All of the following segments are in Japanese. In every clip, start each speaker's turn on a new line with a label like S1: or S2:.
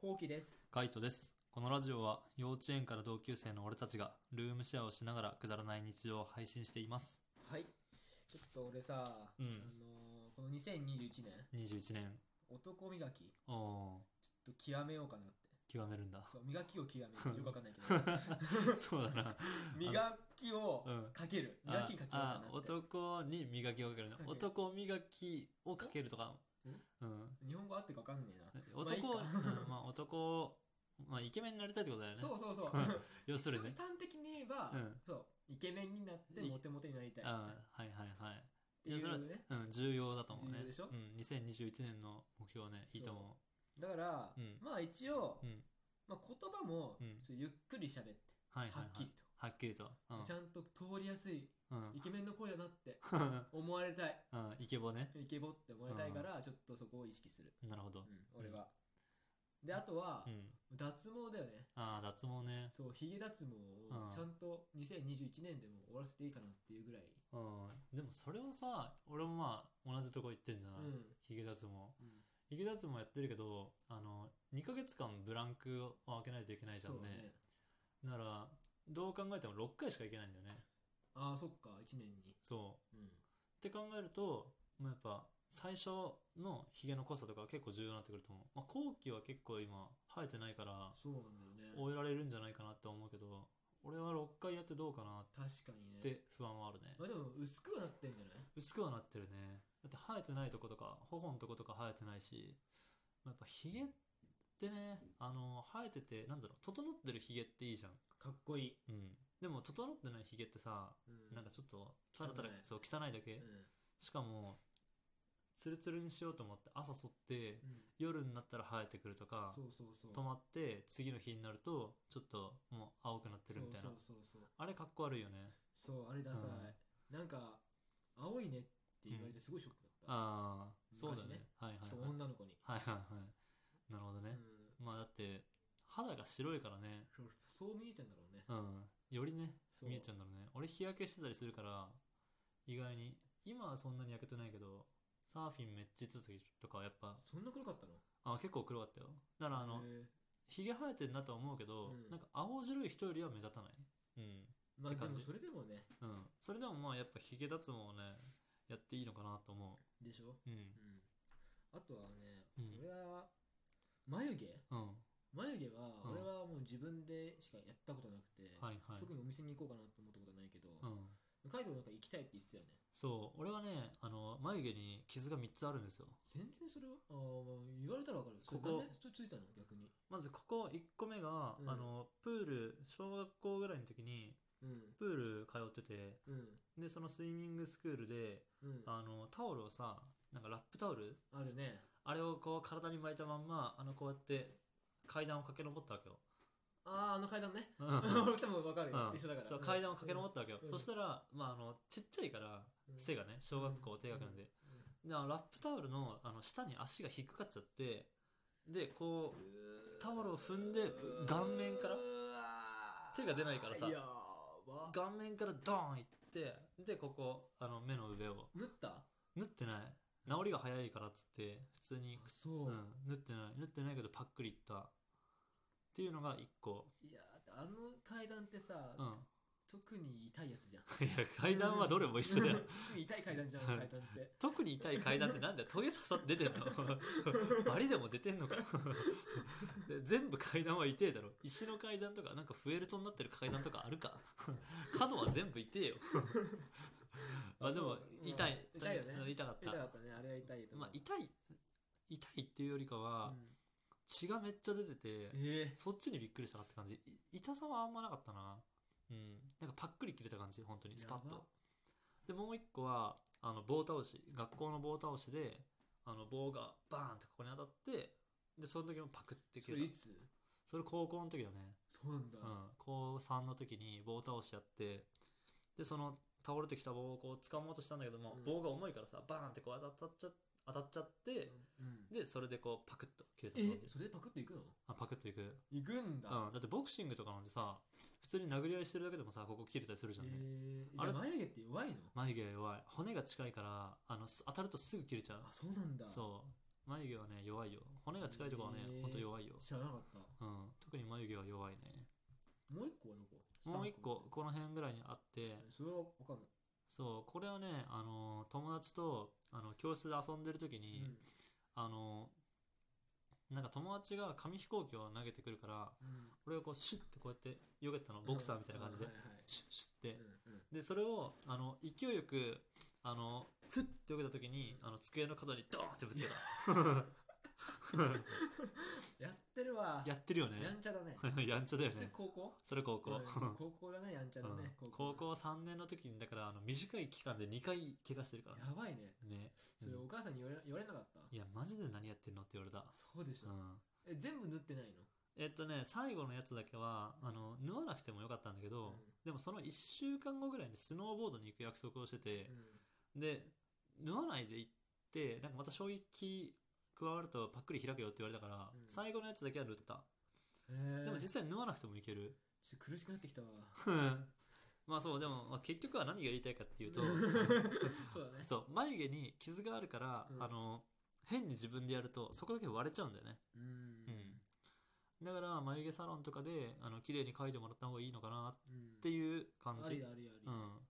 S1: ほうきです。
S2: カイトです。このラジオは幼稚園から同級生の俺たちがルームシェアをしながらくだらない日常を配信しています。
S1: はい。ちょっと俺さ、
S2: うん
S1: あのーこの2021年、
S2: 21年。
S1: 男磨き、
S2: おー、
S1: ちょっと極めようかなって。
S2: 極めるんだ。
S1: そう、磨きを極めるってよくわかんないけど、
S2: そうだな。
S1: 磨きを
S2: うん
S1: かける。磨
S2: あ
S1: きにかけようかな
S2: あ
S1: っ、て。
S2: 男に磨きをかけるの
S1: かける
S2: 男磨きをかけるとか。うん。
S1: 日本語合ってるかわかんねえな。まあいい
S2: 男、
S1: か
S2: うんまあ男、まあイケメンになりたいってことだよね。
S1: そうそうそう。
S2: うん要 す
S1: そ
S2: る
S1: れ
S2: にね。
S1: 端的に言えば、
S2: うん
S1: そう、イケメンになって
S2: い
S1: モテモテになりたい。っ
S2: あーはいはいはい。
S1: てい
S2: いやそれ
S1: うね。
S2: うん、重要だと思うね。
S1: 重要でしょ
S2: うん、2021年の目標ね、いいと思
S1: だから、
S2: うん
S1: まあ一応、
S2: う。うん。
S1: まあ、言葉も
S2: うん
S1: ちょっとゆっくり喋って、
S2: はいはい、は
S1: はっ
S2: い。
S1: きりと。
S2: はっきりと。うん。
S1: ちゃんと通りやすい
S2: うん。
S1: イケメンの声だな って思われたい
S2: うん、イケボね。
S1: イケボって思われたいからちょっとそこを意識する、
S2: なるほど
S1: う。ん、俺はであとは、
S2: うん。
S1: 脱毛だよね
S2: ああ、脱毛ね。
S1: そうヒゲ脱毛
S2: う
S1: を
S2: ん
S1: ちゃんと2021年でも終わらせていいかなっていうぐらい、
S2: うん。でもそれはさ、俺もまあ、同じとこ行ってんじゃない、
S1: うん
S2: ヒゲ脱毛。
S1: うん
S2: ヒゲ脱毛やってるけど、あの、2ヶ月間ブランクを開けないといけないじゃ
S1: そ
S2: ん
S1: うだ
S2: ね。
S1: ね
S2: だから、どう考えても6回しかいけないんだよね。
S1: ああそっか1年に
S2: そう。
S1: うん
S2: って考えると、まあ、やっぱ最初のヒゲの濃さとかは結構重要になってくると思う、まあ、後期は結構今生えてないから
S1: そうなんだよね
S2: 終えられるんじゃないかなって思うけど俺は6回やってどうかなっ
S1: 確かにね
S2: て不安はあるね
S1: まあ、でも薄くはなってんじゃない
S2: 薄くはなってるねだって生えてないとことか頬のとことか生えてないし、まあ、やっぱヒゲってねあの生えててなんだろう整ってるヒゲっていいじゃん
S1: かっこいい、
S2: うんでも整ってないヒゲってさ
S1: うん、
S2: なんかちょっと
S1: 汚
S2: た
S1: い
S2: だただそう汚いだけ、しかもツルツルにしようと思って朝剃って
S1: うん、うん、
S2: 夜になったら生えてくるとか
S1: そうそうそう
S2: 止まって次の日になるとちょっともう青くなってるみたいな
S1: そうそうそうそう
S2: あれかっこ悪いよね
S1: そうあれダサい、なんか青いねって言われてすごいショックだっ
S2: ああそうだよ
S1: 昔
S2: ね
S1: ね
S2: はいはい
S1: た、しか
S2: は
S1: も
S2: い
S1: 女の子に、
S2: はいはいはいなるほど
S1: うん
S2: ね、まあだって肌が白いからね
S1: そうそう見えちゃうんだろうね
S2: うんよりね
S1: そう
S2: 見えちゃうんだろうね俺日焼けしてたりするから意外に今はそんなに焼けてないけどサーフィンめっちゃ続きとかはやっぱ
S1: そんな黒かったの
S2: あ結構黒かったよだからあの
S1: へえ
S2: ひげ生えてんなとは思うけど、
S1: うん
S2: なんか青白い人よりは目立たないうん、
S1: まあ
S2: って
S1: で
S2: 感
S1: も
S2: じ
S1: それでもね
S2: うん、それでもまあやっぱひげ脱毛をねやっていいのかなと思
S1: でしょ
S2: ううん
S1: うんあとはね、
S2: うん
S1: 俺は眉毛
S2: うん
S1: 眉毛は
S2: うん
S1: 俺はもう自分でしかやったことなくて、
S2: はいはい
S1: 特にお店に行こうかなと思ったことはないけど、
S2: うん
S1: カイトなんか行きたいって言ってたよね
S2: そう俺はねあの眉毛に傷が3つあるんですよ
S1: 全然それはあー言われたらわかるそれ
S2: ここ
S1: なんでついたの逆に
S2: まずここ1個目が、
S1: うん
S2: あのプール小学校ぐらいの時に
S1: うん
S2: プール通ってて
S1: うん
S2: でそのスイミングスクールで
S1: うん
S2: あのタオルをさなんかラップタオル
S1: あるね
S2: あれをこう体に巻いたまんまあのこうやって階段を駆け上ったわけよ
S1: あああの階段ね
S2: うん
S1: 俺多分分かるよ、
S2: うん
S1: 一緒だから
S2: そう階段を駆け上ったわけよ、
S1: うん
S2: そしたら、まあ、あのちっちゃいから
S1: うん
S2: 背がね小学校低学年で,、であのラップタオルのあの下に足が引っかかっちゃってでこうタオルを踏んで顔面から手が出ないからさ
S1: いやば
S2: 顔面からドーンいってでここあの目の上を
S1: 縫った
S2: 縫ってない治りが早いからっつって普通に、
S1: そう、
S2: うん、縫ってない縫ってないけどパックリいったっていうのが1個、
S1: いやーあの階段ってさ、
S2: うん、い
S1: 特に痛いやつじゃん
S2: や階段はどれも一緒だよ
S1: 特に痛い階段じゃんあの階段って
S2: 特に痛い階段ってなんだよトゲ刺さって出てんのバリでも出てんのかで全部階段は痛えだろ石の階段とかなんかフェルトになってる階段とかあるか角は全部痛えよまあでも
S1: うん
S2: 痛い
S1: 痛いよね
S2: 痛かった
S1: 痛かったねあれは痛いと思
S2: ま
S1: う
S2: あ、痛い痛いっていうよりかは、
S1: うん
S2: 血がめっちゃ出てて
S1: ええ
S2: そっちにびっくりしたなって感じい痛さはあんまなかったなうんなんかパックリ切れた感じ本当にスパッ
S1: やば
S2: とでもう一個はあの棒倒し学校の棒倒しであの棒がバーンってここに当たってでその時もパクって
S1: そ
S2: 切
S1: れ
S2: れ
S1: い
S2: た
S1: つ
S2: それ高校の時だね
S1: そうなんだ、
S2: うん高3の時に棒倒しやってでその倒れてきた棒をこう掴もうとしたんだけども、
S1: うん
S2: 棒が重いからさバーンってこう当たっちゃ当たっちゃって
S1: うん
S2: でそれでこうパクッと切れた感
S1: え
S2: じ
S1: それでパクっていくの
S2: あパクッといく
S1: いくんだ、
S2: うん、だってボクシングとかなんてさ普通に殴り合いしてるだけでもさここ切れたりするじゃんね、
S1: えー、
S2: あ
S1: じゃ
S2: れ
S1: あ眉毛って弱いの
S2: 眉毛は弱い骨が近いからあのす当たるとすぐ切れちゃう
S1: あそうなんだ
S2: そう眉毛はね、弱いよ。骨が近いところはね
S1: へ、ー
S2: ほんと弱いよ。
S1: 知らなかった
S2: うん。特に眉毛は弱いね。
S1: もう一個はどこ
S2: もう一個、
S1: 三
S2: この辺ぐらいにあって、
S1: それはわかんない、
S2: そう、これはね、あのー、友達と、あの、教室で遊んでる時に、
S1: うん
S2: あのー、なんか友達が紙飛行機を投げてくるから、
S1: うん
S2: 俺がこう、シュッてこうやって、避けてたの、ボクサーみたいな感じで
S1: うん、はいはい
S2: シュッシュッて。
S1: うんうん
S2: でそれをあの勢いよくあのふって受けた時にあの机の角にドーンってぶつけた
S1: やってるわ
S2: やってるよね
S1: やんちゃだね
S2: やんちゃだよ
S1: それ
S2: ね
S1: 高校
S2: それ高校
S1: うん高校だねやんちゃだね
S2: うん高校3年の時にだからあの短い期間で2回怪我してるから
S1: やばいね
S2: ね
S1: それ
S2: うん
S1: お母さんに言われ言われなかった
S2: いやマジで何やってんのって言われた、
S1: そうでし
S2: う
S1: ょ
S2: ん、
S1: え全部縫ってないの
S2: えっとね最後のやつだけはあの縫わなくてもよかったんだけど、
S1: うん
S2: でもその1週間後ぐらいにスノーボードに行く約束をしてて、
S1: うん
S2: で縫わないで行ってなんかまた衝撃加わるとパックリ開くよって言われたから、
S1: うん
S2: 最後のやつだけは縫った、
S1: へえ
S2: でも実際縫わなくてもいける
S1: ちょっと苦しくなってきたわ
S2: まあそうでも、まあ、結局は何が言いたいかっていうと
S1: そうだね
S2: そう眉毛に傷があるから、
S1: うん
S2: あの変に自分でやるとそこだけ割れちゃうんだよね、
S1: う
S2: うんんだから眉毛サロンとかであの綺麗に描いてもらった方がいいのかなっ
S1: うん
S2: ていう感
S1: あ
S2: じ
S1: りだありだあり
S2: う
S1: だ
S2: ん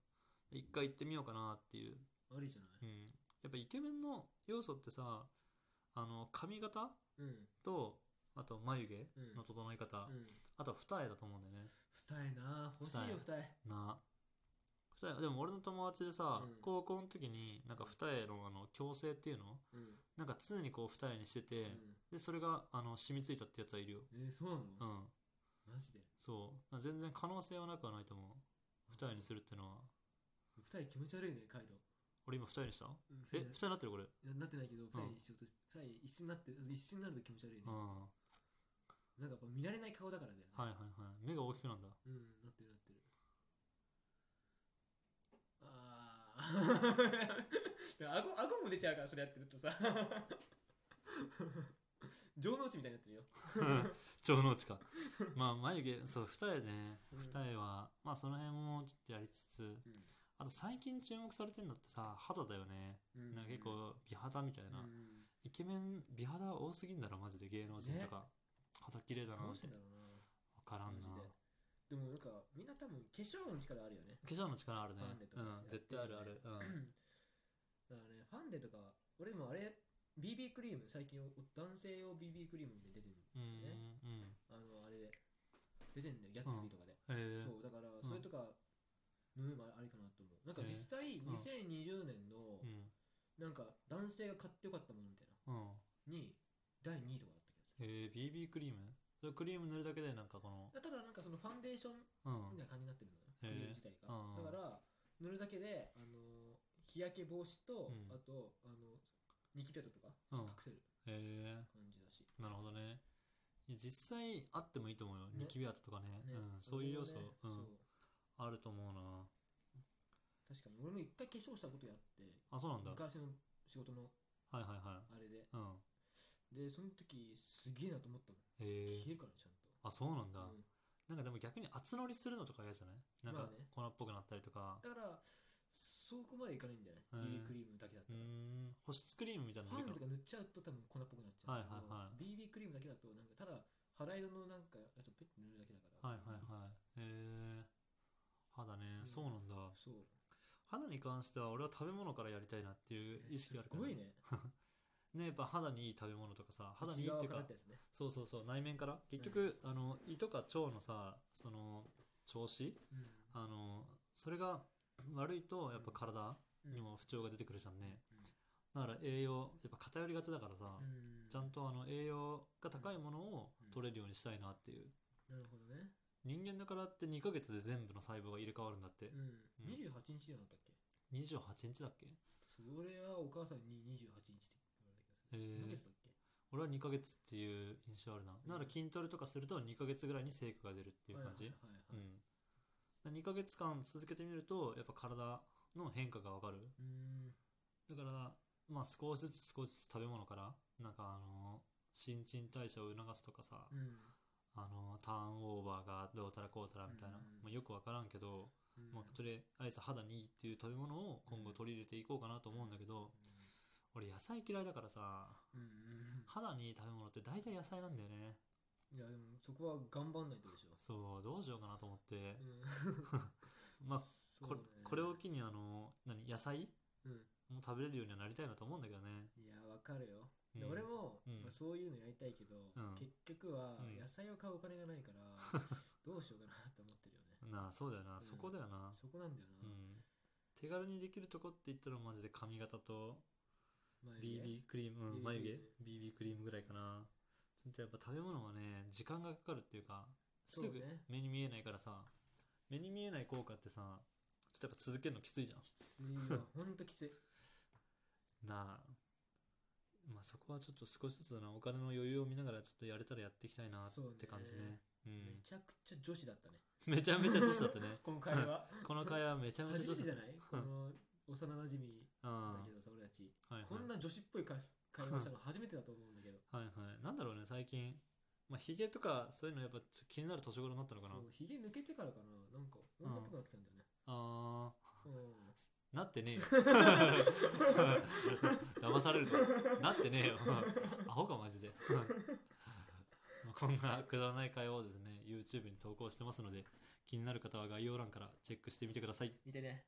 S2: 一回行ってみようかなっていう
S1: ありじゃな
S2: う
S1: い
S2: ん、やっぱイケメンの要素ってさあの髪型
S1: うん
S2: とあと眉毛
S1: うん
S2: の整え方、
S1: うん
S2: あとは二重だと思うんだよね
S1: 二重な欲しいよ二重
S2: な二重でも俺の友達でさ、
S1: うん
S2: 高校の時になんか二重のあの矯正っていうの
S1: うん
S2: なんか常にこう二重にしてて、
S1: うん
S2: でそれがあの染みついたってやつはいるよ
S1: えーそうなの
S2: うん
S1: マジで
S2: そう全然可能性はなくはないと思う二重にするってのは
S1: 二重気持ち悪いねカイド
S2: 俺今二重にした
S1: うん
S2: え二重になってるこれ
S1: いやなってないけど二重にしようとし二重一瞬になって一瞬になると気持ち悪いね
S2: うんは
S1: なんかやっぱ見慣れない顔だからだよね
S2: いはいはい目が大きくなんだ
S1: うん、なってるなってる。ああ。 でも顎顎も出ちゃうから、それやってると さ。城之内みたいになってるよ。
S2: 城之内かまあ眉毛そう二重ね
S1: うん
S2: 二重はまあその辺もちょっとやりつつ
S1: う
S2: あと最近注目されてるのってさ肌だよね
S1: ん
S2: なんか結、構美肌みたいな、
S1: うん
S2: イケメン美肌多すぎんだろマジで芸能人とか、肌綺麗だな
S1: ど
S2: っ
S1: うしててんだ
S2: 分
S1: ろう
S2: から
S1: な、
S2: ん
S1: マジ
S2: な
S1: で。でもなんか、みんな多分化粧の力あるよね。
S2: 化粧の力あるね
S1: ファンデと
S2: う
S1: かやっ
S2: ん
S1: て
S2: 絶対あるあ
S1: る
S2: る、うん、
S1: だからね、ファンデとか、俺でもあれ、BB クリーム、最近男性用 BB クリームで出てる。
S2: うんうん
S1: あの、あれで。出てんだよ、ギャツビーとかで。
S2: えー
S1: そうだから
S2: ん
S1: それとか縫うのあれかなと思うなんか
S2: えー
S1: 実際
S2: うん
S1: 2020年の
S2: うん
S1: なんか男性が買ってよかったものみたいな
S2: うん
S1: に第2位とかだった気がする
S2: えー、BB クリームそれクリーム塗るだけでなんかこの
S1: だからなんかそのファンデーション
S2: う
S1: み
S2: ん
S1: たいな感じになってるのよ
S2: えー
S1: クリーム自体が
S2: うん
S1: だから塗るだけであのー日焼け防止と
S2: うん
S1: あとあのニキビ跡とか
S2: うん
S1: 隠せる
S2: えー、
S1: 感じだし
S2: なるほどね。いや実際あってもいいと思うよ。
S1: ね
S2: ニキビ跡とかね。
S1: ね
S2: うん、そういう要素、
S1: 俺もね
S2: う
S1: そ
S2: ん
S1: う
S2: あると思うな。
S1: 確かに俺も一回化粧したことやって
S2: あ、そうなんだ。はい
S1: 昔の仕事の
S2: はいは
S1: あれで
S2: い。うん。
S1: でその時すげえなと思ったもん
S2: え
S1: 消え
S2: ー、
S1: るからねちゃんと
S2: あ、そうなんだ。
S1: うん
S2: なんかでも逆に厚塗りするのとか嫌じゃないなん
S1: まあ
S2: か
S1: ね
S2: 粉っぽくなったりとか。
S1: だから、そこまでいかないんじゃない ?BB
S2: うん
S1: クリームだけだった
S2: うー
S1: ら。
S2: ん、保湿クリームみたいな
S1: フ
S2: の
S1: ァンデ
S2: いいか
S1: とか塗っちゃうと多分粉っぽくなっちゃうけど。
S2: はいはい
S1: BB クリームだけだと、なんかただ肌色のなんかやつをペッて塗るだけだから。
S2: はいはいはい。えー、肌
S1: うん
S2: ね、そうなんだ。
S1: そう。
S2: 肌に関しては俺は食べ物からやりたいなっていう意識がある
S1: す
S2: か
S1: ごい
S2: ら。
S1: ね。
S2: ね、やっぱ肌にいい食べ物とかさ、肌にいいっていうか
S1: 内側らっ、てやつね
S2: そうそうそう内面から結局、あの胃とか腸のさその調子
S1: うん
S2: あのそれが悪いとやっぱ体
S1: うん
S2: にも不調が出てくるじゃんね、
S1: う
S2: だから栄養やっぱ偏りがちだからさ、
S1: んうん
S2: ちゃんとあの栄養が高いものを取れるようにしたいなっていう
S1: なるほどね。
S2: 人間の体って2ヶ月で全部の細胞が入れ替わるんだっ
S1: う、
S2: て
S1: ん。28日じゃなかったっけ
S2: 28日だっけ
S1: それはお母さんに28日って言われた気がする。
S2: え
S1: 何ヶ
S2: ー
S1: 月だっけ
S2: 俺は2ヶ月っていう印象あるな、だから筋トレとかすると2ヶ月ぐらいに成果が出るっていう感じ、
S1: はいはいはいはい。
S2: うん、2ヶ月間続けてみるとやっぱ体の変化がわかる
S1: うん。
S2: だから、まあ、少しずつ少しずつ食べ物からなんかあの新陳代謝を促すとかさ、
S1: うん
S2: あのターンオーバーがどうたらこうたらみたいな、
S1: うん
S2: まあ、よくわからんけど、
S1: うん
S2: まあ、とりあえず肌にいいっていう食べ物を今後取り入れていこうかなと思うんだけど、俺野菜嫌いだからさ
S1: うんうん
S2: 肌にいい食べ物って大体野菜なんだよね
S1: いやでもそこは頑張んないとでしょ
S2: そうどうしようかなと思って
S1: うん
S2: まあ
S1: そう
S2: こ
S1: ね
S2: これを機にあの何野菜
S1: うん
S2: も食べれるようにはなりたいなと思うんだけどね
S1: いやわかるよで
S2: うん
S1: 俺も、
S2: うん
S1: まあ、そういうのやりたいけど、
S2: うん
S1: 結局は
S2: うん
S1: 野菜を買うお金がないから、 どうしようかなと思ってるよね
S2: なあそうだよな、
S1: ん
S2: そこだよな
S1: そこなんだよ
S2: う
S1: な、
S2: ん手軽にできるとこって言ったらマジで髪型と
S1: 眉毛
S2: BB クリーム、うん
S1: BB
S2: 眉毛 BB クリームぐらいかなちょっとやっぱ食べ物はね時間がかかるっていうかす
S1: そ
S2: ぐ
S1: うね
S2: 目に見えないからさ目に見えない効果ってさちょっとやっぱ続けるのきついじゃん
S1: きついわほんときつい
S2: なあまあそこはちょっと少しずつなお金の余裕を見ながらちょっとやれたらやっていきたいな
S1: そうね
S2: って感じねう
S1: めちゃくちゃ女子だったね
S2: ん、めちゃめちゃ女子 だったね
S1: この会話
S2: この会話めちゃめちゃ
S1: 初
S2: 女
S1: め
S2: 子
S1: てじ
S2: だ
S1: ゃ
S2: っ
S1: ないこの幼馴染み
S2: たうん
S1: だ
S2: は
S1: けどさ俺たち
S2: いはい
S1: こんな女子っぽい会会話したの初めてだと思うんだけど
S2: はいはいなんだろうね最近まあひげとかそういうのやっぱちょっと気になる年頃になったのかな
S1: そうひげ抜けてからかななんか女っぽくなってきたんだよね
S2: あ
S1: うん
S2: ーなってねえよ騙されるぞなってねえよアホかマジで まあこんなくだらない会話をですね YouTube に投稿してますので気になる方は概要欄からチェックしてみてください
S1: 見てね